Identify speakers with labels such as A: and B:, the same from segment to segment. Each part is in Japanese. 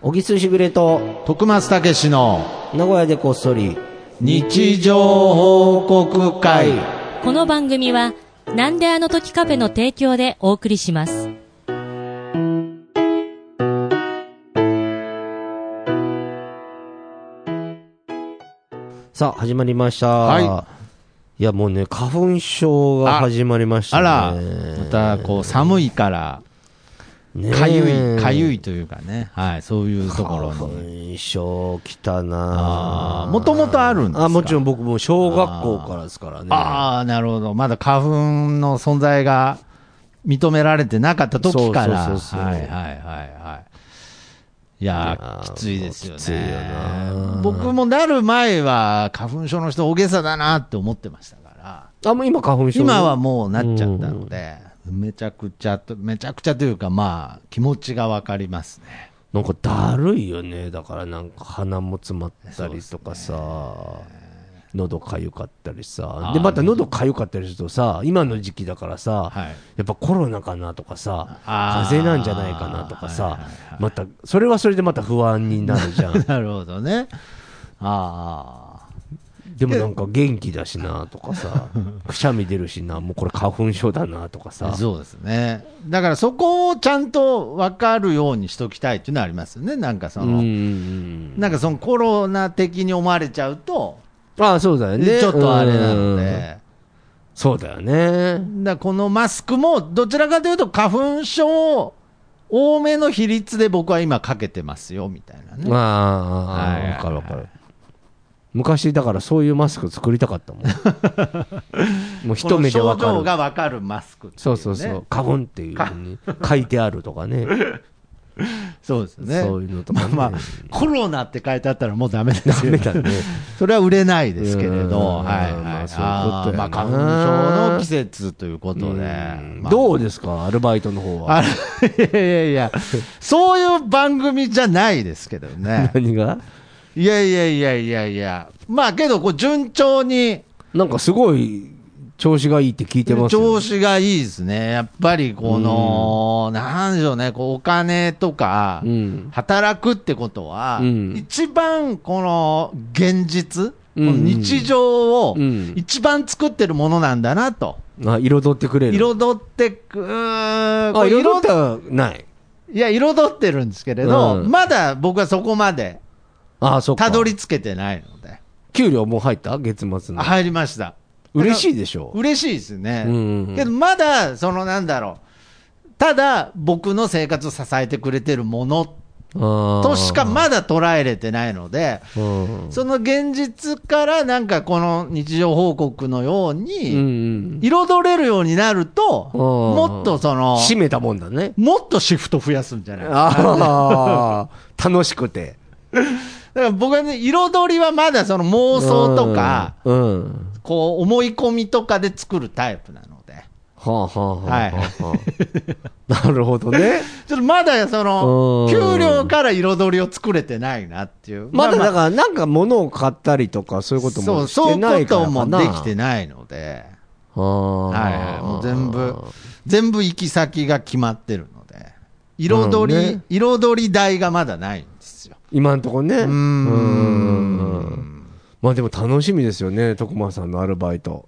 A: 小木すしぐれと、
B: 徳松たけしの
A: 名古屋でこっそり、
B: 日常報告会。
C: この番組は、なんであの時カフェの提供でお送りします。
A: さあ、始まりました。。
B: はい
A: や、もうね、花粉症が始まりました
B: あ
A: ね。
B: ら、またこう寒いから、
A: ねえ、
B: かゆい、かゆいというかね、はい、そういうところ
A: 花
B: に。
A: 粉症きたな
B: あもともとあるんですか
A: あ、もちろん僕も小学校からですからね。
B: ああ、なるほど。まだ花粉の存在が認められてなかった時から。
A: そうそうそうそう
B: はいはいはいはい。いや
A: いやー
B: ー、きついですよね。
A: きついよな
B: 僕もなる前は花粉症の人大げさだなって思ってましたから。
A: あ、もう今花粉症
B: 今はもうなっちゃったので、めちゃくちゃと、めちゃくちゃというかまあ、気持ちがわかりますね。
A: なんかだるいよね。だからなんか鼻も詰まったりとかさ、喉かゆかったりさ。で、
B: あー
A: また喉かゆかったりするとさ、今の時期だからさ、
B: はい
A: やっぱコロナかなとかさ、
B: あー
A: 風邪なんじゃないかなとかさ、
B: はいはいはい
A: また、それはそれでまた不安になる
B: 。
A: じゃん
B: なるほどね。ああ。
A: でもなんか元気だしなとか さ、くしゃみ出るしな、もうこれ花粉症だなとかさ。
B: そうですね。だからそこをちゃんと分かるようにしときたいっていうのはありますよね。なんかそ
A: うんう
B: の、
A: んうん
B: なんかそのコロナ的に思われちゃうと、
A: ああ、そうだよね。
B: ちょっとあれな
A: う
B: の
A: ん
B: で、
A: そうだよね。
B: だからこのマスクもどちらかというと花粉症多めの比率で僕は今かけてますよみたいなね。
A: あ
B: はい
A: あ、わかるわかる。昔、だからそういうマスク作りたか ったもん。もう一目でわ
B: この症
A: か
B: 状
A: る。
B: が分かるマスクっていね
A: そうそうそう。。花粉っていうふうに書いてあるとか ね。
B: そうですね。
A: そういうのとかね
B: まあまあ、コロナって書いてあったらもうダメですよ
A: ダメだね。
B: それは売れないですけれど、
A: うん
B: はいはい、
A: まあそういうことやな
B: あーまあ花粉症の季節ということで、
A: うん
B: まあ
A: どうですか、アルバイトの方は。、
B: あれいやいやいや、そういう番組じゃないですけどね
A: 何が
B: いやいやいやいやいや、まあけど、こう順調に
A: なんかすごい調子がいいって聞いてますよ。
B: 調子がいいですね、やっぱりこの、なんでしょうね、こうお金とか
A: う、ん。
B: 働くってことは、
A: うん
B: 一番この現実、
A: うん
B: この日常を
A: うん
B: 一番作ってるものなんだなと。
A: あ、彩ってくれる。
B: 彩ってく、うーん
A: あ、
B: これ
A: 彩ってはない。
B: いや、彩ってるんですけれど、
A: うん
B: まだ僕はそこまで
A: あ、そっか。
B: たどり着けてないので、
A: 給料もう入った月末の。
B: 入りました。
A: 嬉し
B: い
A: いでしょ。
B: 嬉しいですね。
A: うんうんうん
B: けど、まだ、そのなんだろう、ただ僕の生活を支えてくれてるものと
A: と
B: しかまだ捉えれてないので、
A: うん。
B: その現実からなんかこの日常報告のよう
A: うんう
B: に、
A: ん
B: 彩れるようになると、
A: うん
B: もっとその、
A: 締めたもんだね。
B: もっとシフト増やすんじゃないかな
A: ああ、楽しくて。
B: だから僕はね、彩りはまだその妄想とか、
A: うん。うん。
B: こう思い込みとかで作るタイプなので、
A: はあはあはあ
B: はい
A: はあは あ。なるほどね。
B: ちょっとまだその、
A: う
B: 給
A: ん
B: 料から彩りを作れてないなっていう。
A: まだだ
B: ら、
A: から、なんか物を買ったりとか、そういうこと
B: そ
A: も
B: う、
A: し
B: そう
A: てないいうか
B: こ
A: ら
B: と
A: か
B: も
A: な。
B: できてないので、
A: ああ。
B: はいはい、もう全部、全部行き先が決まってるので、彩り、
A: なるほどね
B: 彩り代がまだないんで すよ。
A: 今んとこね。うー
B: ん
A: ん。まあでも楽しみですよね、徳間さんのアルバイト。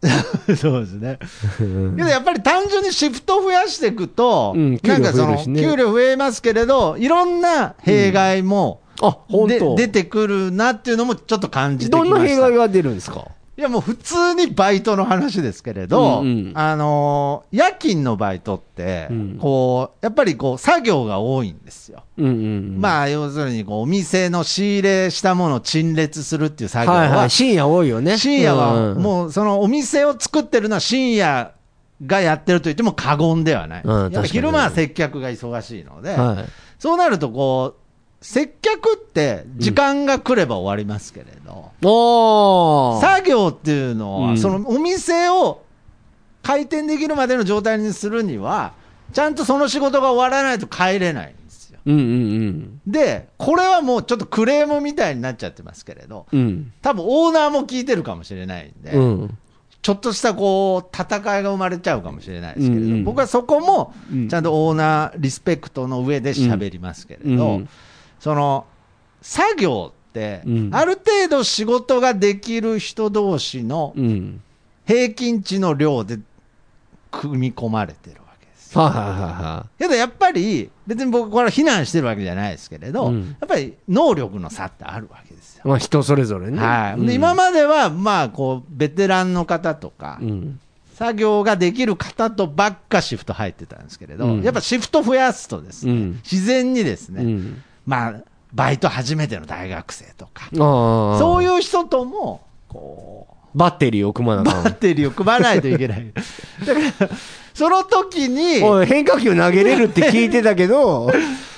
B: そうですね。 けどやっぱり単純にシフト増やしていくと、
A: うん
B: なんかそ
A: 給料増え
B: の
A: るしね
B: 給料増えますけれど、いろんな弊害も、
A: あ、本
B: で
A: 当。
B: 出てくるなっていうのもちょっと感じてき
A: ど
B: まし
A: ん
B: た。
A: な弊害が出るんですか
B: いやもう普通にバイトの話ですけれど、
A: うんうん
B: あのー夜勤のバイトって、
A: うん
B: こうやっぱりこう作業が多いんですよ。
A: うんうん。
B: まあ要するにこうお店の仕入れしたものを陳列するっていう作業は、
A: はいはい。深夜多いよね。
B: 深夜は
A: うん
B: もうそのお店を作ってるのは深夜がやってると言っても過言ではない。
A: うん
B: やっ
A: 確か
B: ぱ
A: に
B: 昼間は接客が忙しいので、
A: はい。
B: そうなるとこう接客って時間が来れば終わりますけれど。
A: おー
B: 作業っていうのは、
A: うん
B: そのお店を開店できるまでの状態にするには、ちゃんとその仕事が終わらないと帰れないんですよ。
A: うんうん
B: で、これはもうちょっとクレームみたいになっちゃってますけれど、
A: うん。うん。
B: 多分オーナーも聞いてるかもしれないんで、
A: うん。
B: ちょっとしたこう戦いが生まれちゃうかもしれないですけれど、
A: うんうん
B: 僕はそこも
A: うん
B: ちゃんとオーナーリスペクトの上で喋りますけれど、
A: うんうん
B: その作業って、
A: うん
B: ある程度仕事ができる人同士の
A: うん。
B: 平均値の量で組み込まれてるわけですよ
A: はいはいはいは
B: けどやっぱり別に僕これは非難してるわけじゃないですけれど、
A: うん
B: やっぱり能力の差ってあるわけですよ。
A: い。まあ人それぞれね。
B: はい
A: うん
B: で今まではまあこうベテランの方とか、
A: うん。
B: 作業ができる方とばっかシフト入ってたんですけれど、
A: うん
B: やっぱシフト増やすとですね、
A: うん
B: 自然にですね、
A: うん。
B: まあバイト初めての大学生とか、
A: ああ。
B: そう
A: う。
B: いう人ともこう
A: バッテリーを組まなあか
B: バッ
A: ん。
B: テリーを組まないといけない。だからその時に
A: おい変化球投げれるって聞いてたけ ど、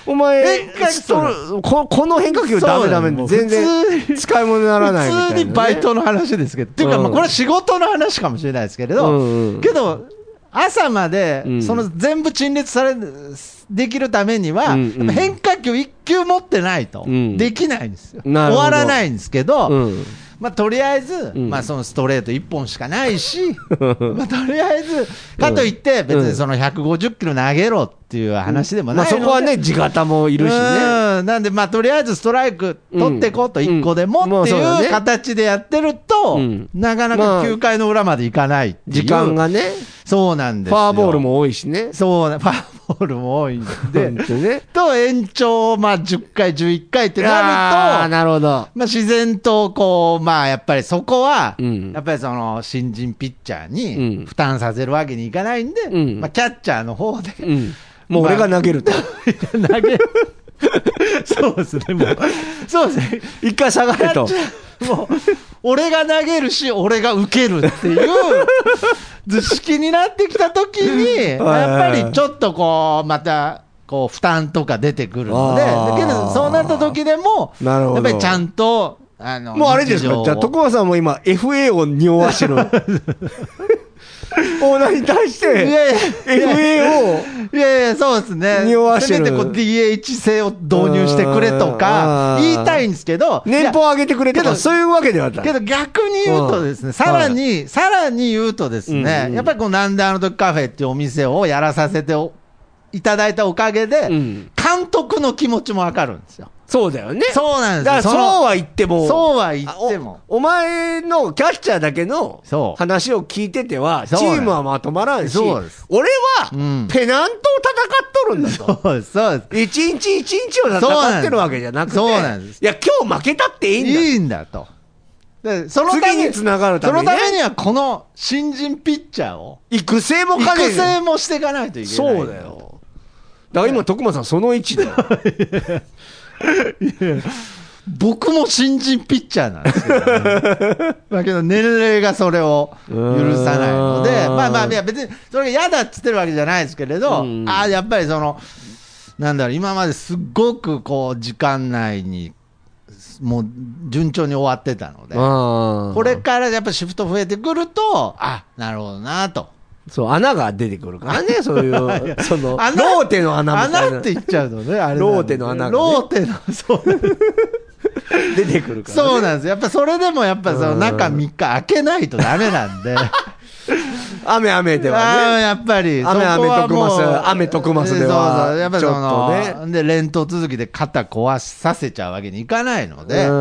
A: お前
B: 変化、球
A: そのここの変化球ダメダメ
B: そうだよ
A: 全
B: もう普通
A: 然
B: に
A: 使い物にならないみたいな
B: 普
A: ね。
B: 通にバイトの話ですけど、っていうか、
A: うん
B: まあこれは仕事の話かもしれないですけれど、
A: うんうん
B: けど、朝まで
A: うん
B: その全部陳列されできるためには、
A: うんうん
B: やっぱ変化球1球持ってないと
A: うん
B: できないんですよ、
A: なる
B: 終
A: ほど
B: わらないんですけど、
A: うん。
B: まあ、とりあえず、
A: ん
B: まあ、そのストレート1本しかないし、まあ、とりあえず、かといって、別にその150キロ投げろっていう話でも
A: ま
B: な
A: あ
B: いの
A: そ
B: で、
A: こはね、地形もいるしね。
B: うんなんで、まあ、とりあえずストライク取ってこうと、
A: うん
B: 1個で
A: うんま
B: も
A: あ
B: って
A: そうだ
B: い
A: ね
B: う形でやってると、
A: うん
B: なかな
A: ま
B: か
A: あ
B: 9回の裏までいかないっていう
A: 時間、がね、
B: そうなんです
A: ファ
B: よ。
A: ーボール。も多いしね。
B: そうな、ファーボールも多いんで。
A: 本当にね。
B: と、延長、まあ、10回、11回って
A: あ
B: な
A: あ、
B: ると、
A: なるほど。
B: まあ、自然と、こう、まあ、やっぱりそこは、
A: うん
B: やっぱりその、新人ピッチャー
A: うん
B: に負担させるわけにいかないんで、
A: うん
B: まあ、キャッチャーの方で、
A: うん。もう俺が投げる と。
B: 投げ、そうですね、もう。そうですね。
A: 一回下がれと。
B: もう、俺が投げるし、俺が受けるっていう図式になってきたとき に、やっぱりちょっとこう、また、こう、負担とか出てくるので、
A: あー
B: だけど、そうなった時でも、
A: なるほど
B: やっぱりちゃんと、あの、
A: もうあれですか、じゃあ、徳
B: こ
A: 川さんも今、FA を匂わ してる。オーナーに対し
B: い
A: て、
B: やいやいや
A: FA を、
B: いやいや、そうですね。
A: 匂わして
B: せ
A: る
B: めてこう DH 制を導入してくれと
A: う
B: か
A: ん
B: 言いたいんですけど、
A: 年俸上げてくれと
B: い
A: か、
B: や
A: そういうわけではない。
B: けど逆に言うとです
A: うん
B: ね、さらに、さらに言うとです
A: う
B: ね
A: ん、
B: やっぱりこう、なんであの時カフェっていうお店をやらさせておいただいたおかげで、
A: うん
B: 監督の気持ちもわかるんですよ。
A: そうだよね。
B: そうなん
A: だ
B: です
A: から、
B: よ。
A: そう
B: の
A: は言っても、
B: そうは言っても。
A: おお前のキャッチャーだけの
B: そう
A: 話を聞いてては、チ
B: そうなん
A: ームはまとまらんし、
B: そうです
A: 俺
B: う
A: は
B: ん
A: ペナントを戦っとるんだと。
B: そうです、そうです。
A: 一日一日を
B: そうな
A: 戦っ
B: んで
A: て
B: す
A: るわけじゃなくて、
B: そうなんです
A: いや、今日負けたっていいんだ。
B: いいんだと。でそのた
A: 次
B: め
A: につながるた
B: そ
A: め
B: の
A: に、ね
B: た、めには、この新人ピッチャーを、
A: 育成も兼ね
B: 育
A: て
B: 成もしていかないといけない。
A: そうだ。よ。だから今、徳間さん、その位置だよ。
B: 僕も新人ピッチャーなんですけど、 ね、だけど年齢がそれを許さない
A: うー
B: ので、
A: ん
B: まあまあ、いや別にそれが嫌だっつってるわけじゃないですけれど、
A: うん
B: ああ、やっぱりその、なんだろう、今まですっごくこう、時間内に、もう順調に終わってたので、こ
A: こ
B: れからやっぱシフト増えてくると、あなるほどなと。
A: そう、穴が出てくるから ね、そういう、その、ロ
B: 穴
A: ーテの穴みたい
B: 穴
A: な
B: って言っちゃうとね、あれなんで
A: ローテの穴がね
B: ローテの、そう。
A: 出てくるから、ね。
B: そうなんです。やっぱそれでもやっぱその中3日開けないとダメなんで。
A: 雨雨で
B: あ
A: は
B: あ
A: ね。
B: やっぱり、
A: 雨
B: そこはもう
A: 雨徳増雨徳増では
B: そうそう、やっぱそ
A: ちょっと
B: の、で、連投続きで肩壊させちゃうわけにいかないので、
A: う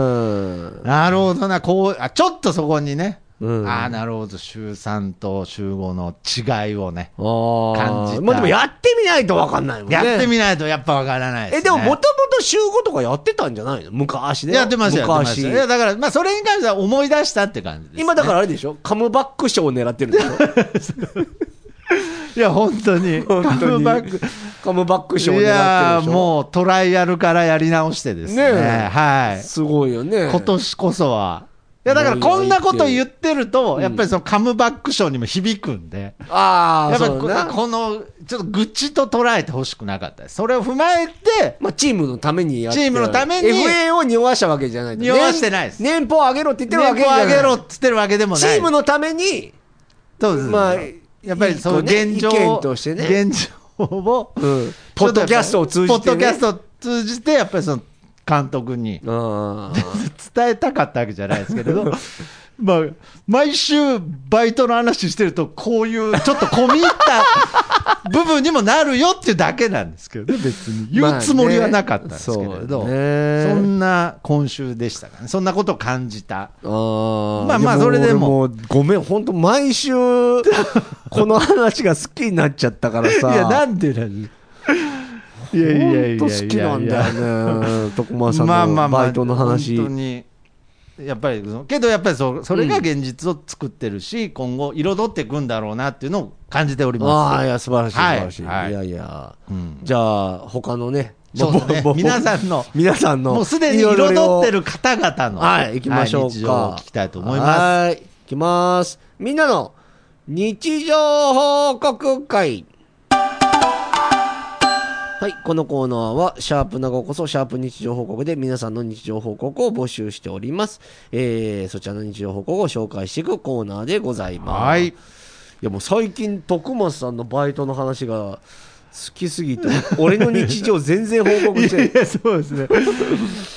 A: ん。
B: なるほどな、こう、あ、ちょっとそこにね、
A: うん
B: ああ、なるほど、週3と週5の違いをね、
A: あ
B: 感じ
A: あ。
B: た
A: まあでもやってみないとわかんないもんね。
B: やってみないとやっぱわからないです、ね。
A: え、でももともと週5とかやってたんじゃないの昔ね。
B: やってましたよ、やってました
A: 昔
B: よ。い。や、だから、まあ、それに関しては思い出したって感じです、ね。
A: 今だからあれでしょカムバック賞を狙ってるでしょ
B: いや、本当に、
A: 本当に
B: カムバック。
A: カムバック賞を狙ってる
B: い
A: でしょ
B: やーもうトライアルからやり直してですね。
A: ねえ
B: はい。
A: すごいよね。
B: 今年こそは。いや、だからこんなこと言ってると、やっぱりそのカムバック賞にも響くんで、
A: ああ、
B: やっぱり
A: そうだな
B: ここの、ちょっと愚痴と捉えてほしくなかったです。それを踏まえて、
A: まあ、チームのためにやって
B: チームのために
A: FA を匂わしたわけじゃない
B: 匂わしてないです
A: 年年俸上げろって言ってるわけじゃ
B: 年俸
A: ない
B: 上げろって言ってるわけでも
A: チ
B: ない。
A: ームのために
B: そうです
A: まあ
B: やっぱりその
A: 一個ね
B: 現状を、
A: 意見としてね
B: 現状を、
A: んポッドキャストを通じてね
B: ポッドキャストを通じて、やっぱりその監督に
A: ああ
B: 伝えたかったわけじゃないですけれど、 まあ、毎週バイトの話してると、こういうちょっと込み 入った部分にもなるよっていうだけなんですけどね、別に。言うつもりはなかったんですけれど、
A: まあねそうね
B: そんな今週でしたかね。そんなことを感じた。
A: あ
B: まあまあそれでも
A: うごめん本当毎週この話が好きになっちゃったから
B: い
A: さ
B: や、なんでなんで いやいやいやいやいや。
A: 本当好きなんだよね徳間さん
B: まあまあ
A: の
B: まあ
A: バイトの話
B: 本当にやっぱりそのけどやっぱりそそれが現実を作ってるし、今後彩っていくんだろうなっていうのを感じており
A: あ
B: ま
A: あい
B: す
A: や素晴らしい素
B: はい
A: 晴らしい、、
B: はいい
A: やいや、
B: ん
A: じゃあ他のね
B: そうですね
A: ぼぼぼ
B: 皆さんの
A: 皆さんの
B: もうすでに
A: いろいろ
B: 彩ってる方々の
A: はい行きましょうか、
B: はい日常を聞きたいと思います
A: はい行きますみんなの日常報告会はい。このコーナーは、シャープなごこそ、シャープ日常報告で皆さんの日常報告を募集しております。えー、そちらの日常報告を紹介していくコーナーでございます。
B: はい
A: いやもう最近徳松さんのバイトの話が好きすぎて俺の日常全然報告 してない
B: やそうですね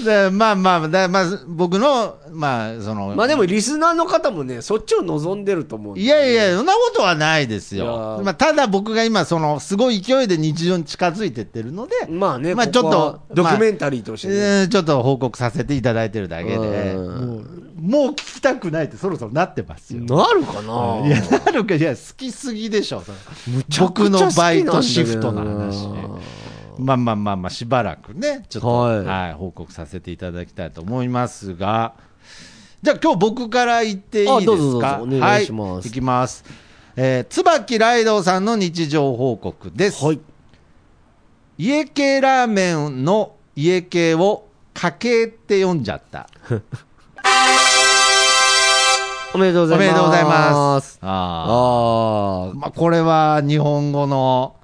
B: でまあまあだまあ僕のまあその
A: まあでもリスナーの方もねそっちを望んでると思うんで
B: いやいや、そんなことはないです
A: いやー
B: よ。まあ、ただ僕が今、その、すごい勢いで日常に近づいてってるので、
A: まあね
B: まあ
A: ここは
B: ちょっと
A: ドキュメンタリーとしてね、
B: えーちょっと報告させていただいてるだけで、
A: うん
B: もうもう聞きたくないってそろそろなってますよ。
A: なるかない
B: や、なるか、いや、好きすぎでしょ、それ
A: むちゃく
B: 僕
A: ちゃ好
B: の
A: きな
B: バ
A: んだけ
B: イ
A: ど
B: トシフトの話。まあまあまあまあ、しばらくね、ちょっと、
A: はい
B: はい、報告させていただきたいと思いますが、じゃあ今日僕から言っていいです
A: あ
B: か
A: どうぞどうぞお願いします
B: はい、いきます。えー、椿ライドさんの日常報告です。
A: はい
B: 家系ラーメンの家系を家系って読んじゃった。
A: おめでとうござ
B: お
A: います
B: めでとうございます。あ
A: あ
B: ー
A: あ
B: まあ、これは日本語の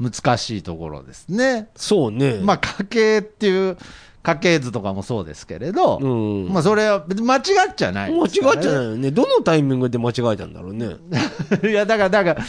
B: 難しいところですね。
A: そうね
B: まあ、家系っていう家系図とかもそうですけれど、
A: うん
B: まあ、それは別に間違っちゃない
A: 間違
B: で
A: っ
B: す
A: ち
B: から
A: ゃ
B: ね、
A: ないよねどのタイミングで間違えたんだろうね
B: いや、だから、だから、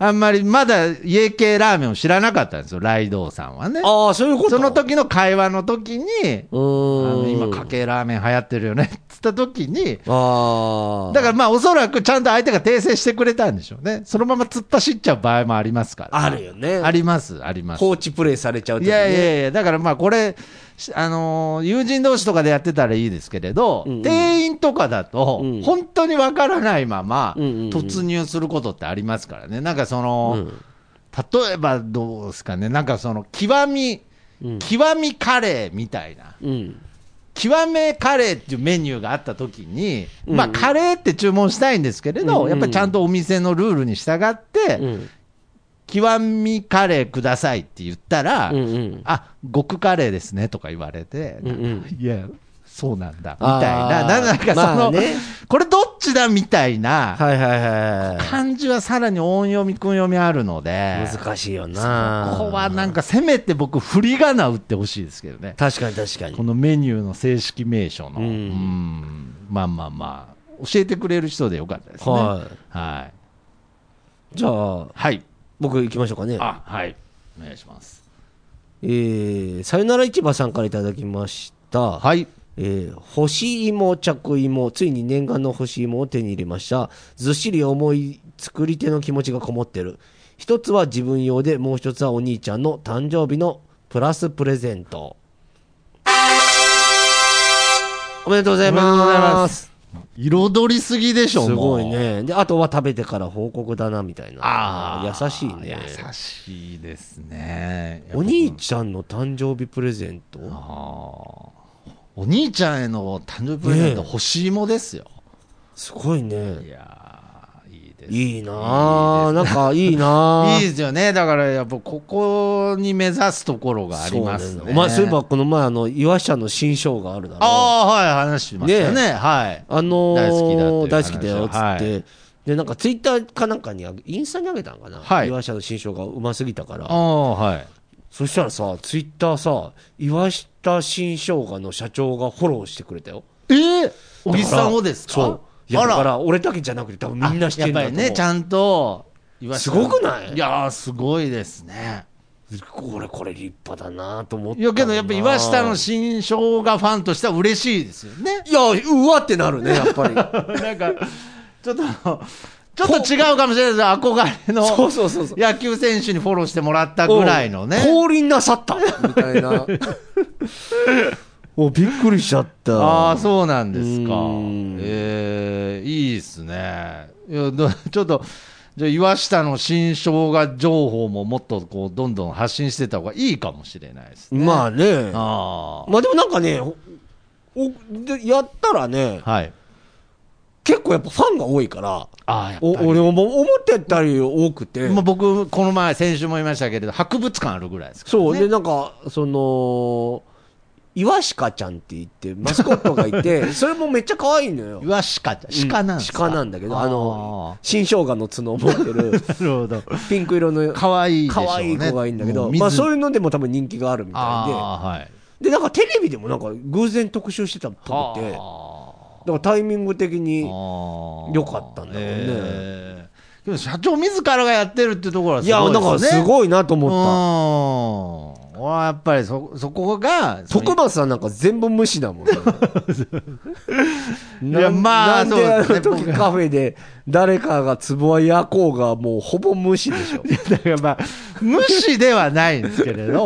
B: あんまりまだ家系ラーメンを知らなかったんですよ、ライドウさんはね。
A: ああそういうこと
B: その時の会話の時
A: う
B: に、あ
A: ーん
B: の今、家系ラーメン流行ってるよねっつった時に、
A: ああ。
B: だからまあ、おそらくちゃんと相手が訂正してくれたんでしょうね。そのまま突っ走っちゃう場合もありますから。
A: あるよね。
B: あります、あります。
A: 放置プレイされちゃうと
B: いやいやいや、だからまあこれ、しあのー友人同士とかでやってたらいいですけれど、
A: うんうん
B: 店員とかだと、
A: うん
B: 本当にわからないまま、
A: うんうんうん
B: 突入することってありますからね、なんかそ
A: うん。
B: の、例えばどうですかね、なんかその、極み、
A: うん
B: 極みカレーみたいな、
A: うん。
B: 極めカレーっていうメニューがあった時に、
A: うん
B: まあカレーって注文したいんですけれど、
A: うんうん
B: やっぱりちゃんとお店のルールに従って、
A: うん。
B: 極みカレーくださいって言ったら、
A: うんうん。
B: あ極カレーですねとか言われて、
A: うんうん
B: いや、そうなんだみ
A: あー
B: たいな、ななんかその、
A: まあね
B: これどっちだみたいな、
A: はいはいはいは
B: 漢字はさらに音読み、訓読みあるので
A: い。、難しいよな。
B: ここはなんか、せめて僕、振り仮名打ってほしいですけどね、
A: 確かに確かに
B: こ。のメニューの正式名称の、
A: う
B: うんん、まあまあまあ、教えてくれる人でよかったですね。
A: は
B: はい、
A: い。じゃあ、
B: はい、
A: 僕行きましょうかね。
B: あはい、お願いします。
A: えー、さよなら市場さんからいただきました。
B: はい、
A: えー干し芋、着芋、ついに念願の干し芋を手に入れました。ずっしり重い作り手の気持ちがこもってる。一つは自分用で、もう一つはお兄ちゃんの誕生日のプラスプレゼント。おめでとうございます。
B: おめでとうございます彩りすぎでしょ、
A: すごい
B: もう
A: ね。で、あとは食べてから報告だな、みたいな。
B: ああ
A: 優しいね。
B: 優しいですね
A: お兄ちゃんの誕生日プレゼント
B: あーお兄ちゃんへの誕生日プレゼン
A: ね
B: ト
A: え
B: 欲しいもですよ、
A: すごいね。
B: いやーいいです
A: いいなあなんかいいなあ
B: いいですよねだからやっぱここに目指すところがありますね
A: そうねお前、そういえばこの前、あの、岩下の新章があるだろ。あ
B: ああはい話しましたよね
A: ね
B: はい
A: のー
B: 大好きだっていう話を
A: 大好きだよ、つって。
B: は
A: で、なんかツイッターかなんかにあげ、インスタにあげたんかな、
B: はい
A: 岩下の新章がうますぎたか
B: あ
A: ら。
B: あはい
A: そしたらさ、ツイッターさ、岩下新章がの社長がフォローしてくれたよ。
B: えー、小木さんをですか
A: そう。いや、
B: あ
A: だ
B: ら
A: から俺だけじゃなくて多分みんなしてるんだと
B: やっ
A: 思う。
B: ぱりねちゃんと
A: すごくない
B: いやーすごいですね
A: これ、これ立派だなと思って。
B: いやけどやっぱ岩下の新生姜ファンとしては嬉しいですよね。
A: いや、うわってなるね、やっぱ り。
B: なんか、ちょっと、 ちょっと違うかもしれないです憧れの
A: そうそうそうそう。
B: 野球選手にフォローしてもらったぐらいのね。
A: 降臨なさったみたいな。 おびっくりしちゃった。
B: ああ、そうなんですか
A: うーん。
B: ええいいですね。いやど ちょっと、じゃあ岩下の新生姜情報ももっとこうどんどん発信してた方がいいかもしれないですね。
A: まあね。
B: あ
A: まあでもなんかね、おおでやったらね、
B: あ。はい。
A: 結構やっぱファンが多いから、
B: ああ、やっぱ
A: お
B: り。
A: 俺も思ってたより多くて。
B: まあ、僕、この前、先週も言いましたけれど、博物館あるぐらいですから、
A: そ
B: ね。
A: う、で、なんか、その、岩鹿ちゃんって言って、マスコットがい て、それもめっちゃ可愛いのよ。
B: 岩鹿じゃ、鹿なんですか、
A: 鹿なんだけど、あの、新生姜の角を持ってる、
B: あー、なるほど。
A: ピンク色の
B: 可愛いでしょうね。
A: 可愛い子がいいんだけ
B: も
A: ど、
B: う水
A: まあそういうのでも多分人気があるみた
B: ああ、はい。
A: いで、で、なんかテレビでもなんか偶然特集してたっぽくて、だからタイミング的に、良
B: 良
A: かったんだろうね
B: でも社長自らがやってるってところはす
A: いや、
B: ごい
A: な
B: で
A: ん
B: すね。
A: かすごいなと
B: う
A: 思っ
B: ん。俺はやっぱりそ、そこが、
A: た。徳
B: 番
A: 松さんなんか全部無視だ もんね。
B: いやまあ
A: なんであ
B: そ
A: の
B: うですね
A: 時カフェで誰かがつぼやこうがもうほぼ無視でしょ。
B: だから まあ、無視ではないんですけれ ど、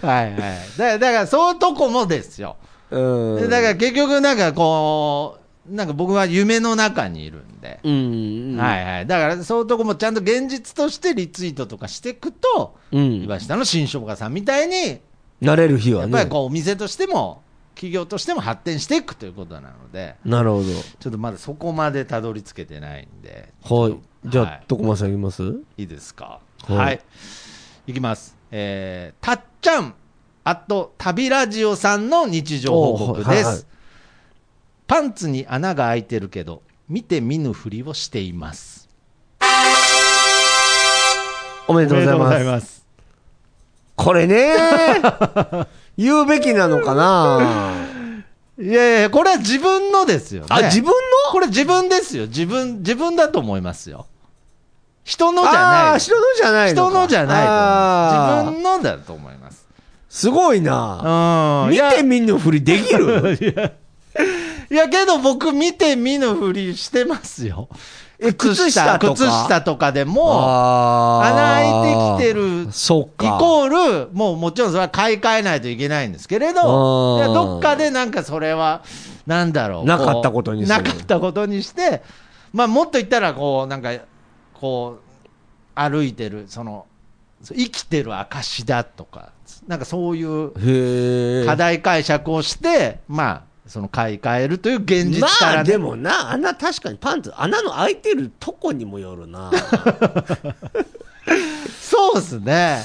B: はいはい。だだから、そういうとこもですよ。
A: う
B: で
A: ん。
B: だから結局、なんかこう、なんか僕は夢の中にいるんで、
A: うん。い。
B: はいはい。だから、そういうとこもちゃんと現実としてリツイートとかしていくと、
A: うん。
B: 岩下の新生姜さんみたいに、
A: 慣れる日は
B: やっぱり
A: ね。
B: こうお店としても企業としても発展していくということなので
A: なるほ
B: ちょっとまだそこまでたどり着けてないんで
A: ど。はい。じゃ
B: は
A: あ
B: い、
A: 徳松さんいきます
B: いいですか
A: はい
B: はいいきますえーたっちゃんあと旅ラジオさんの日常報告です、
A: おはいはい
B: パンツに穴が開いてるけど見て見ぬふりをしています
A: おめでとうございます。
B: す
A: これね言うべきなのかない
B: やいやこれは自分のですよね
A: あ、自分の
B: これ自分ですよ自分自分だと思いますよ人のじゃない
A: あ
B: で
A: あ、
B: す
A: 人のじゃないの
B: 人
A: か
B: のじゃない
A: あ
B: と思
A: ー
B: います。自分のだと思います。
A: すごいな
B: うん。
A: 見
B: いや
A: てみぬふりできる
B: いやけど僕見て見ぬふりしてますよ。
A: え、靴下とか
B: 靴下とかでも、
A: あ
B: 穴開いてきてる
A: そう
B: イ
A: か。
B: コール、もうもちろんそれは買い替えないといけないんですけれど、
A: あ
B: い
A: ー
B: やどっかでなんかそれは、なんだろう。
A: なかったことにする
B: なかったことにして、まあもっと言ったら、こう、なんか、こう、歩いてる、その、生きてる証だとか、なんかそういう
A: へえ。
B: 課題解釈をして、まあ、その買い替えるという現実か
A: ま
B: ら
A: あで
B: ね。
A: もな、穴確かにパンツ、穴の開いてるとこにもよるな。なん
B: そうですね。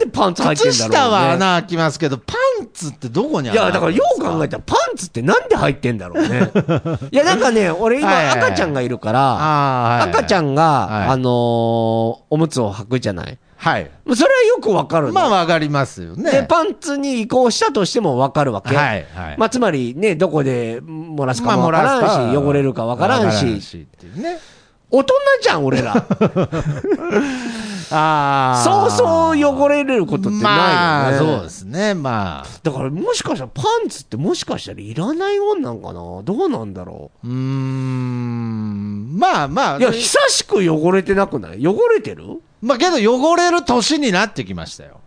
A: でパンツ履いて
B: 靴
A: んだろう、ね、
B: 下は穴開きますけど、パンツってどこに
A: い
B: 穴
A: や、だからよう考えた
B: た
A: らパンツってなんで入ってんだろう ね。いや、なんかね、俺
B: はい
A: 今
B: はいはい
A: 赤ちゃんがいるから、
B: ああ、はい。
A: 赤ちゃ
B: ん。
A: んが、
B: はい
A: あのーおむつを履くじゃない。
B: はい。
A: もうそれはよくわかるの。
B: まあ、わかりますよね。
A: で、パンツに移行したとしてもわかるわけ。
B: はい、はい。
A: まあ、つまりね、どこで漏らすか
B: まあ
A: もわからんし、
B: 漏らすか
A: 汚れるかわからん
B: わから
A: し、
B: んしっていうね。
A: 大人じゃん、俺ら。
B: あ
A: そ
B: あ。
A: うそう汚れることって
B: ま
A: ない
B: あ、
A: よね。
B: そうですね。まあ。
A: だからもしかしたらパンツってもしかしたらいらないもんなんかなどうなんだろ
B: うーん。まあまあ。
A: ういや、久しく汚れてなくない汚れてる
B: まあけど汚れる年になってきましたよ。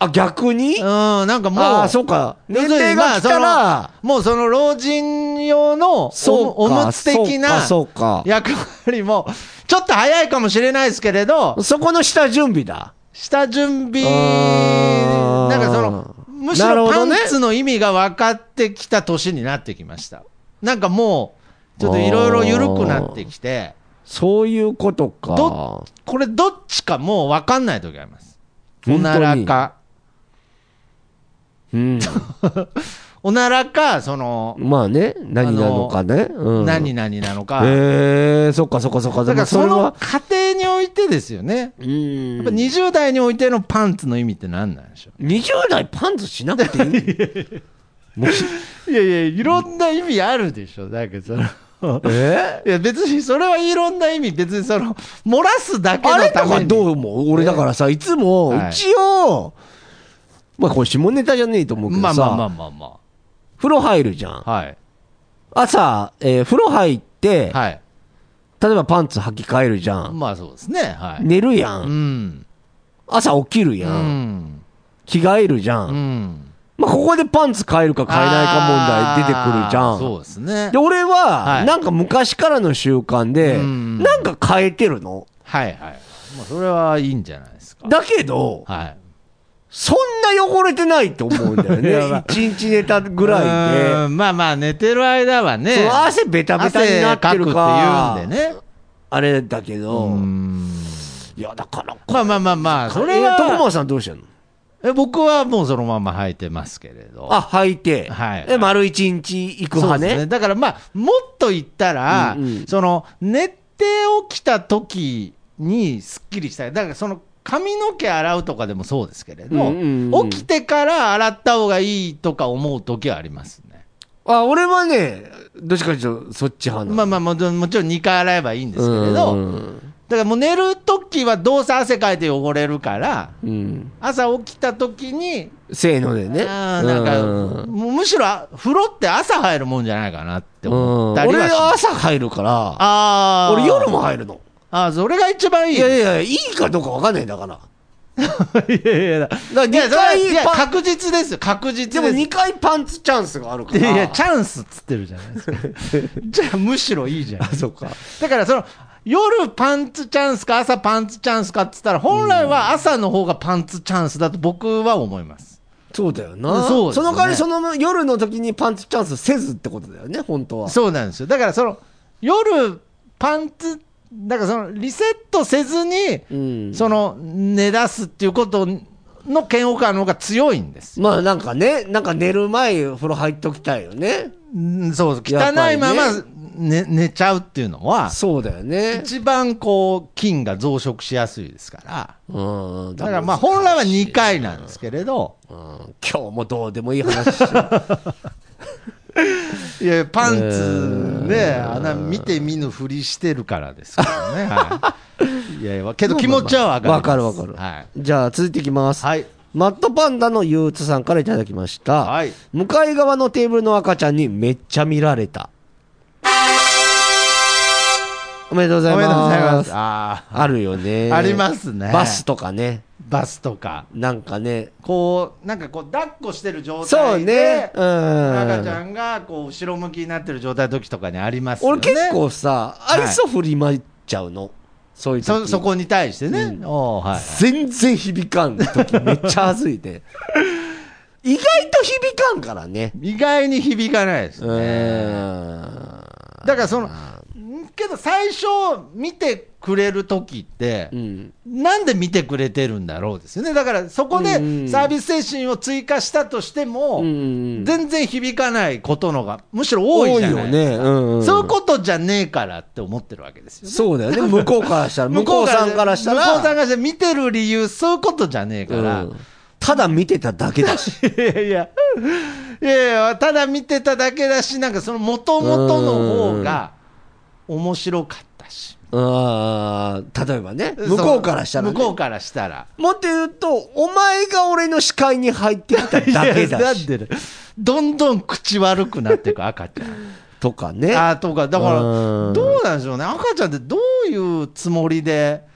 A: あ、逆に
B: うん、なんかもう。
A: ああ、そうか。
B: 要
A: 年
B: する
A: 齢
B: に
A: が来た
B: ま
A: ら
B: あ、そのもうその老人用のお
A: そう
B: お
A: か
B: むつ的な
A: そうか、そう
B: 役割も、ちょっと早いかもしれないですけれど
A: か。、そこの下準備だ。
B: 下準備、
A: あー
B: なんかその、むし
A: なる
B: ろ
A: ほ
B: パ
A: ど
B: ン
A: ね
B: ツの意味が分かってきた年になってきました。なんかもう、ちょっといろいろ緩くなってきて、
A: そういうことか。
B: どこれどっちかもう分かんない時あります。お
A: 本当に
B: ならか。
A: うん。
B: おならか、その、
A: まあね、何なのかね。うん。
B: 何々なのか。
A: ええー、そっかそっかそっか。で
B: だか
A: も
B: らそ
A: れ
B: の
A: は、
B: 過程においてですよね。
A: うん。
B: やっぱ20代においてのパンツの意味って何なんでしょ
A: 20代パンツしな くていいもうし
B: ういやいや、いろんな意味あるでしょ。だけどその、
A: え
B: いや、別にそれはいろんな意味、別にその、漏らすだけ
A: あ
B: の
A: れと
B: た
A: か
B: め
A: どう
B: に。
A: 思う俺だからさ、いつも
B: は、い
A: 一応、まあこれ下ネタじゃねえと思うけ
B: ま
A: ど
B: あまあまあ
A: さ、
B: まあま
A: 風呂入るじゃん。
B: あ。はい。
A: 朝、えー風呂入って、
B: はい。
A: 例えばパンツ履き替えるじゃん。
B: まあそうですね。はい。
A: 寝るや。
B: うんん。
A: 朝起きる
B: う
A: やん。
B: ん。
A: 着替えるじゃ。
B: うんん。
A: まあここでパンツ変えるか変えないか問題出てくるじゃ
B: あー
A: ん。
B: そうですね
A: で、。俺
B: は
A: は、
B: い
A: なんか昔からの習慣で、
B: うん
A: なんか変えてるの。
B: はいはい。まあそれはいいんじゃないですか。
A: だけど、
B: はい。
A: そんな汚れてないと思うんだよ
B: いやま
A: ね
B: あ。
A: 一日寝たぐらいで。
B: うーんまあまあ、寝てる間はね。
A: その汗ベタベタになってるか
B: 汗かくっていうんでね。
A: あれだけ
B: う
A: ど、
B: ん。
A: いやだからこ
B: まあまあまあまあ、それ
A: いや徳
B: は、
A: 間さんどうしてんの
B: え僕はもうそのまま履いてますけれど。
A: あ履いて、
B: はい
A: で丸一日行く
B: そ
A: 派
B: うです
A: ね
B: だからまあ、もっと言ったら、
A: うんうん
B: その、寝て起きた時にすっきりしたい。だからその、髪の毛洗うとかでもそうですけれど、
A: うんうんうん
B: 起きてから洗った方がいいとか思う時はありますね。
A: あ俺はねどっちかというとそっち派なの
B: まあまあもちろん、もちろん2回洗えばいいんですけれど、
A: うん
B: だからもう寝るときはどうせ汗かいて汚れるから、
A: うん
B: 朝起きたときに、
A: せーのでね
B: あーなんか、
A: うん
B: もうむしろ風呂って朝入るもんじゃないかなって思ったり
A: 俺
B: はし
A: は
B: ます。
A: 朝入るから
B: あー
A: 俺夜も入るの
B: ああ、それが一番いい。
A: いやいやいいかどうかわかんないんだから
B: いやいやいや。
A: だから
B: いや、
A: 2
B: それはい
A: 回
B: や
A: パン
B: 確実ですよ、確実
A: でも
B: で
A: 2
B: す。
A: 回パンツチャンスがあるから
B: いやいや、チャンスっつってるじゃないですか。 じゃあ、むしろいいじゃん。
A: あそうか
B: だから、その、夜パンツチャンスか、朝パンツチャンスかっつったら、本来は朝の方がパンツチャンスだと僕は思います。
A: そうだよな。
B: そうです
A: そ
B: ね
A: の代わりその夜の時にパンツチャンスせずってことだよね、本当は。
B: そうなんですよ。だから、その、夜パンツ、だからその、リセットせずに、
A: うん。
B: その、寝出すっていうことの嫌悪感の方が強いんですよ
A: まあなんかね、なんか寝る前風呂入っときたいよね。
B: うんそうそう
A: や
B: 汚
A: っぱ
B: い
A: りね
B: まま、ね寝ちゃうっていうのは、
A: そうだよね。
B: 一番こう菌が増殖しやすいですから、
A: うん。
B: だからまあ本来は2回なんですけれど、
A: うん今日もどうでもいい話し
B: いやパンツね、穴見て見ぬふりしてるからですから ね、はい、いやいや、け ど気持ちはわかる。
A: わかるわかる。
B: はい。
A: じゃあ続いていきます。
B: はい。
A: マットパンダの憂鬱さんからいただきました。
B: はい
A: 向かい側のテーブルの赤ちゃんにめっちゃ見られた。おめでとうご
B: お
A: ざい
B: めで
A: ます。
B: とうございます。あ
A: あるよね。
B: ーありますね。
A: バスとかね。
B: バスとか。
A: なんかね。
B: こう、なんかこう、抱っこしてる状態で。
A: そうね。うん。
B: 赤ちゃんがこう後ろ向きになってる状態の時とかにありますよ
A: 俺
B: ね。
A: 結構さ、
B: はい
A: 愛想振りまいちゃうの。そういう時
B: そそこに対してね、おうはい、
A: 全然響かん時めっちゃ恥ずいて。 意外と響かんからね。
B: 意外に響かないです
A: う
B: ね、
A: ーん。
B: だからその、んけど最初、見てくれる時って
A: う、ん。
B: なんで見てくれてるんだろうですよね、だからそこで
A: うん
B: サービス精神を追加したとしても、
A: うん
B: 全然響かないことのが、むしろ多いじゃないですか、
A: 多いよねうんうん
B: そういうことじゃねえからって思ってるわけですよね。
A: そうだよね。向こうからしたら、 向こうさんからしたら。
B: 向こうさんからしたら見てる理由、そういうことじゃねえから、
A: うんただ見てただけだし。
B: いやいや、いやいや、ただ見てただけだし、なんかその元々の方が面白かったし。
A: あー例えばね。向こうからしたら、ね。
B: 向こうからしたら。
A: もっと言うと、お前が俺の視界に入ってきただけ
B: いや
A: だ
B: なん
A: し。
B: でねどんどん口悪くなっていく赤ちゃん。
A: とかね。
B: あーとか、だから、
A: うん
B: どうなんでしょうね。赤ちゃんってどういうつもりで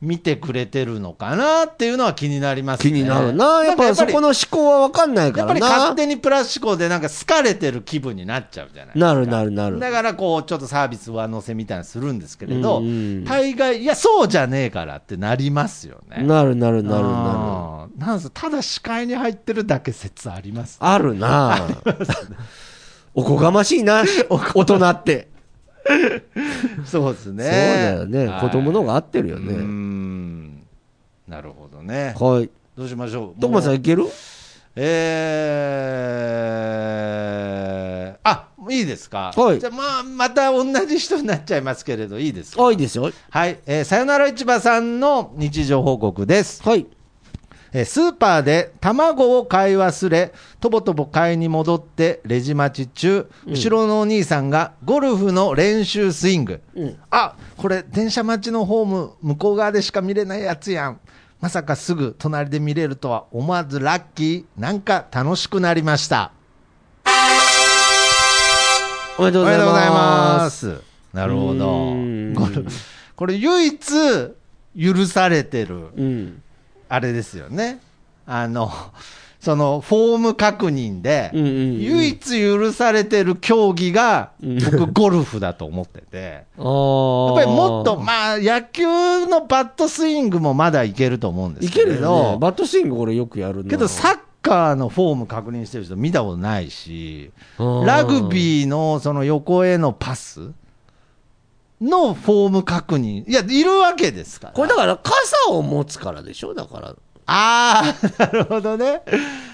B: 見てくれてるのかなっていうのは気になりますね。
A: 気になるな。やっぱ
B: なんか
A: そこの思考はわかんないか
B: やっぱ
A: ら
B: り
A: な。
B: 勝手にプラス思考でなんか好かれてる気分になっちゃうじゃない
A: なるなるなる。
B: だからこうちょっとサービス上乗せみたいなのするんですけれど、
A: うんうん
B: 大概いやそうじゃねえからってなりますよね
A: なるなるなるなる。
B: あーなんすただ視界に入ってるだけ説あります
A: あるな。おこがましい な、大人って。
B: そうですね
A: そうだよね。子供の方が合ってるよ
B: ねうー
A: ね。
B: んなるほどね
A: はい。
B: どうしましょう
A: 徳間さん
B: もう
A: いける
B: えー、あいいですか、
A: はい
B: じゃあまあまた同じ人になっちゃいますけれどいいですか
A: あ、いいですよ。
B: はい、えーさよなら市場さんの日常報告です
A: はい。
B: えースーパーで卵を買い忘れ、とぼとぼ買いに戻ってレジ待ち中、後ろのお兄さんがゴルフの練習スイング。あ、これ電車待ちのホーム向こう側でしか見れないやつやん。まさかすぐ隣で見れるとは思わずラッキー。なんか楽しくなりました。
A: おめでとう
B: お
A: ご
B: め
A: ざ
B: で
A: い
B: とうございま
A: ます
B: す。なるほ
A: う
B: ど
A: ーん。
B: これ、これ唯一許されてる、
A: うん
B: あれですよね。あの、 その、フォーム確認で、
A: うんうんうん
B: 唯一許されてる競技が、
A: うん
B: 僕、ゴルフだと思っ てて。
A: あー
B: やっぱりもっと、まあ、野球のバットスイングもまだいけると思うんです
A: い
B: け
A: け
B: れ
A: る
B: ど、
A: よ、ね、バットスイングこれよくやるな
B: けどサッカーのフォーム確認してる人見たことないし、
A: うん
B: ラグビーのその横へのパスのフォーム確認。いや、いるわけですから。
A: これだから傘を持つからでしょだから
B: あ あ、なるほどね。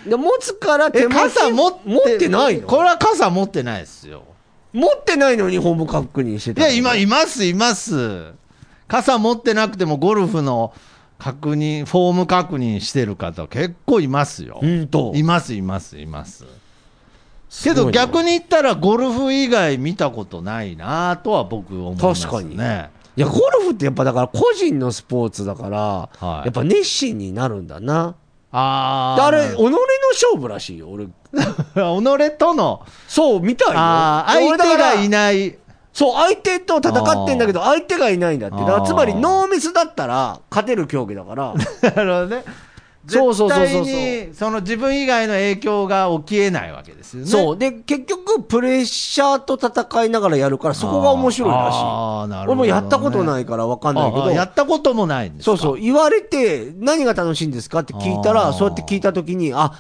A: で持つから
B: え、
A: 手元
B: 傘持って、
A: 持ってないの
B: これは傘持ってないですよ。
A: 持ってないのにホーム確認して
B: い
A: たの
B: や、今、います、います。傘持ってなくてもゴルフの確認、フォーム確認してる方結構いますよ
A: う。んと
B: います、います、います。
A: す
B: け
A: ごいな
B: ど逆に言ったらゴルフ以外見たことないなとは僕思いますね。
A: 確かに
B: ね。
A: いやゴルフってやっぱだから個人のスポーツだから、
B: は
A: や
B: い
A: っぱ熱心になるんだな
B: あ
A: で
B: あ。
A: あれ己の勝負らしいよ俺
B: 己との、
A: そうみたいよ
B: ああ、
A: で
B: 相
A: 俺だ
B: 手
A: から
B: がいない。
A: そう相手と戦ってんだけど相手がいないんだってだか
B: あ
A: ら
B: ー
A: つまりノーミスだったら勝てる競技だから
B: なるほどね。
A: そうそうそうそうそう
B: 絶対に、その自分以外の影響が起きえないわけですよね。
A: そうで結局プレッシャーと戦いながらやるからそこが面白いらしい
B: あーな
A: 俺
B: るほどね
A: もやったことないから分かんないけ
B: あ
A: ど
B: あやったこともないんですか
A: そうそう、言われて、何が楽しいんですかって聞いた
B: あ
A: ら、
B: ー
A: そうやって聞いたときに、あ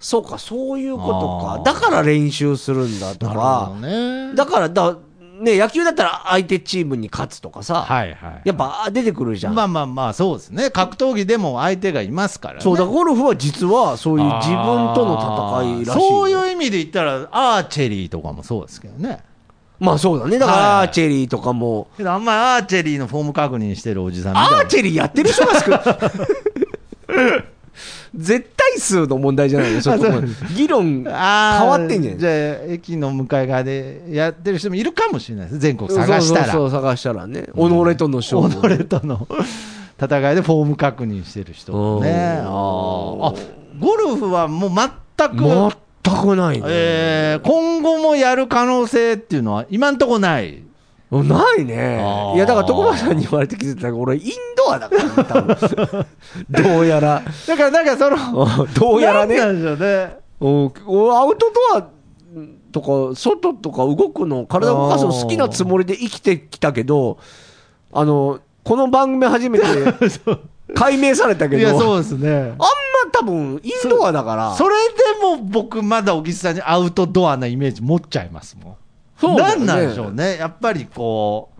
A: そうか、そういうこと
B: あ
A: か、
B: ー
A: だから練習するんだと
B: なる
A: か、
B: ほどね。
A: だからだ、ね、野球だったら相手チームに勝つとかさ、
B: はいはい。
A: やっぱあ出てくるじゃん。
B: まあまあまあ、そうですね。格闘技でも相手がいますからね。
A: そうだゴルフは実はそういう自分との戦いらしいよ
B: そういう意味で言ったら、アーチェリーとかもそうですけどね。
A: まあそうだねだか
B: はい
A: ら
B: はい
A: アーチェリーとかも、
B: けどあんまりアーチェリーのフォーム確認してるおじさんみたいな。
A: アーチェリーやってる人が少ない 絶対数の問題じゃないよ そこも議論変
B: あー
A: わってんじゃない
B: じゃあ、駅の向かい側でやってる人もいるかもしれないです。全国探したら。
A: そうそうそう探したらね己との勝負、
B: 己との 戦いでフォーム確認してる人もね。
A: うん
B: あーあ、ゴルフはもう全く、
A: 全くないね、
B: えー今後もやる可能性っていうのは今んとこない。
A: ないね
B: あー
A: いやだから徳川さんに言われてきてたから俺インドアだから、ね、多 分どうやら
B: だからなんかそ の、
A: どうやら
B: な
A: ね
B: んなんでしょうね。
A: おおアウトドアとか外とか動くの体を動かすの好きなつもりで生きてきたけどあのこの番組初めて 解明されたけ
B: い
A: どあ
B: や、
A: んま
B: そうですね。
A: 多分インドアだから
B: それでも僕、まだ小木さんにアウトドアなイメージ持っちゃいますもん。
A: そうだよ
B: な
A: ね
B: んなんでしょうね。やっぱりこ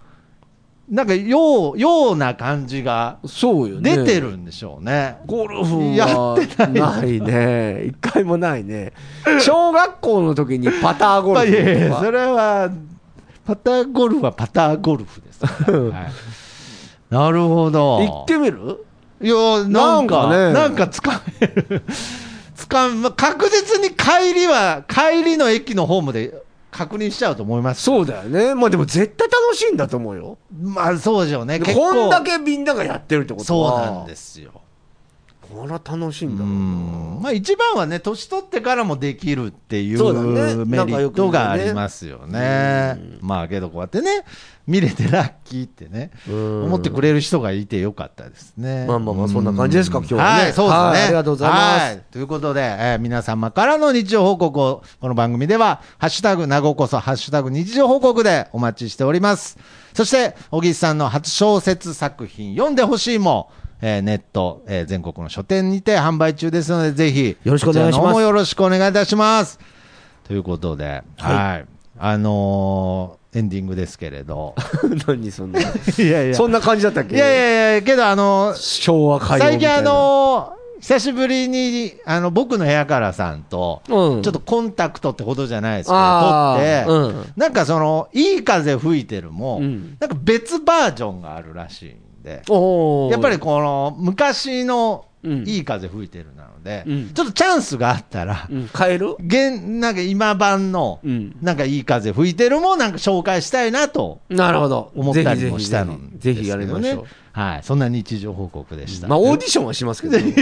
B: う、なんか、よう、ような感じが
A: そうよね
B: 出てるんでしょうね。
A: ゴルフ
B: や
A: は
B: って
A: な
B: ない
A: ね。一回もないね。小学校の時にパターゴル
B: まあいやい
A: フ
B: や
A: と
B: そ
A: か。
B: れは、パターゴルフはパターゴルフですから。 はいなるほど。
A: 行ってみる
B: いや、なん
A: な
B: か、
A: んかね
B: なんかつかめる。 つかん、まあ確実に帰りは、帰りの駅のホームで確認しちゃうと思います。
A: そうだよね。まあでも絶対楽しいんだと思うよ。
B: まあ、そうでしょうね。結構
A: こんだけみんながやってるってこと
B: そう
A: は。。
B: なんですすよ。
A: これは楽しいんだろ
B: う。
A: うなん
B: まあ、一番はね、年取ってからもできるってい
A: そうだね
B: うメリットがありますよね。まあ、けどこうやってね、見れてラッキーってね、
A: うん
B: 思ってくれる人がいてよかったですね。
A: まあまあまあ
B: う
A: そんな感じですか今日はね
B: い、そうですね。
A: はいありがとうございます
B: はいということで、えー皆様からの日常報告を、この番組では、ハッシュタグ、なごこそ、ハッシュタグ日常報告でお待ちしております。そして、小木さんの初小説作品、読んでほしいも、えーネット、えー全国の書店にて販売中ですので、ぜひ、
A: よろしくお願いします
B: こちらの方もよろしくお願いいたします。ということで、はい。あのーエンディングですけれ ど。
A: 何そんな。
B: いやい
A: そんな感じだったっけ
B: いやいやいや、けどあの、
A: 昭和歌謡
B: 最
A: みたい
B: 近
A: な。
B: あの、久しぶりに、あの、僕の部屋からさんと、
A: うん
B: ちょっとコンタクトってほどじゃないですけど、
A: あー
B: 撮って、なんかその、いい風吹いてる
A: う
B: も、
A: ん
B: なんか別バージョンがあるらしいんで、
A: おー
B: やっぱりこの、昔の
A: うん
B: いい風吹いてるなので、
A: うん
B: ちょっとチャンスがあったら、
A: うん、変える
B: 現なんか今晩の、
A: うん
B: なんかいい風吹いてるもんなんか紹介したいなと
A: なるほど。
B: 思ったりもしたの
A: ぜひぜひぜひやりましょう
B: ですけどね。はい、そんな日常報告でした。
A: まあ、オーディションはし ますけどね、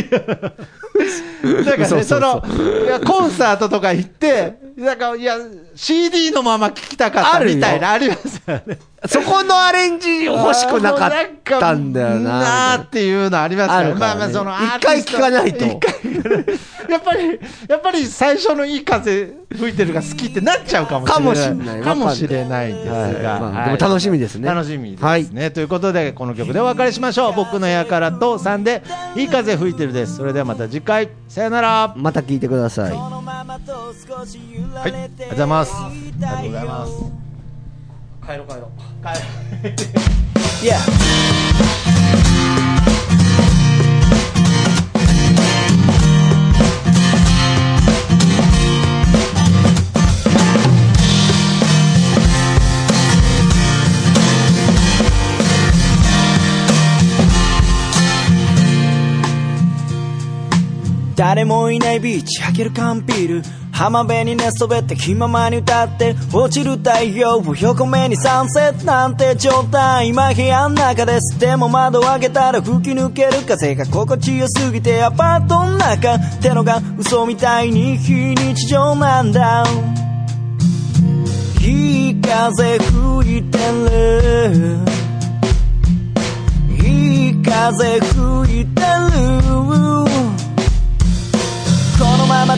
B: だから
A: そう
B: ね、
A: そ
B: そう
A: そう
B: の、いやコンサートとか行って、なんか、いや、CD のまま聴きたかっ
A: あ
B: た
A: るよ
B: みたいな、ありますよね。
A: そこのアレンジ欲しくなかったんだよ
B: あの
A: な。
B: なーっていうのあります
A: あ
B: から
A: るからね
B: まあまあ、その、
A: 一回聞かないと
B: 一回聞かないやっぱり、やっぱり最初のいい風吹いてるが好きってなっちゃうかもしれな
A: か
B: い。
A: もしんない
B: かもしれないですが。
A: はいまあ
B: はい
A: でも楽しみですね
B: 楽しみですね。ということで、この曲でお別れしましょう。僕のやからとさんで、いい風吹いてるです。それではまた次回、さよなら。
A: また聞いてください。
B: はい、ありがとうございます。ありがとうございます。
A: 帰ろう帰 ろう。
D: 誰もいないビーチ開ける缶ビール浜辺に寝そべって気ままに歌って落ちる太陽を横目にサンセットなんて状態今部屋の中ですでも窓を開けたら吹き抜ける風が心地よすぎてアパートの中ってのが嘘みたいに非日常なんだいい風吹いてるいい風吹いてるこのまま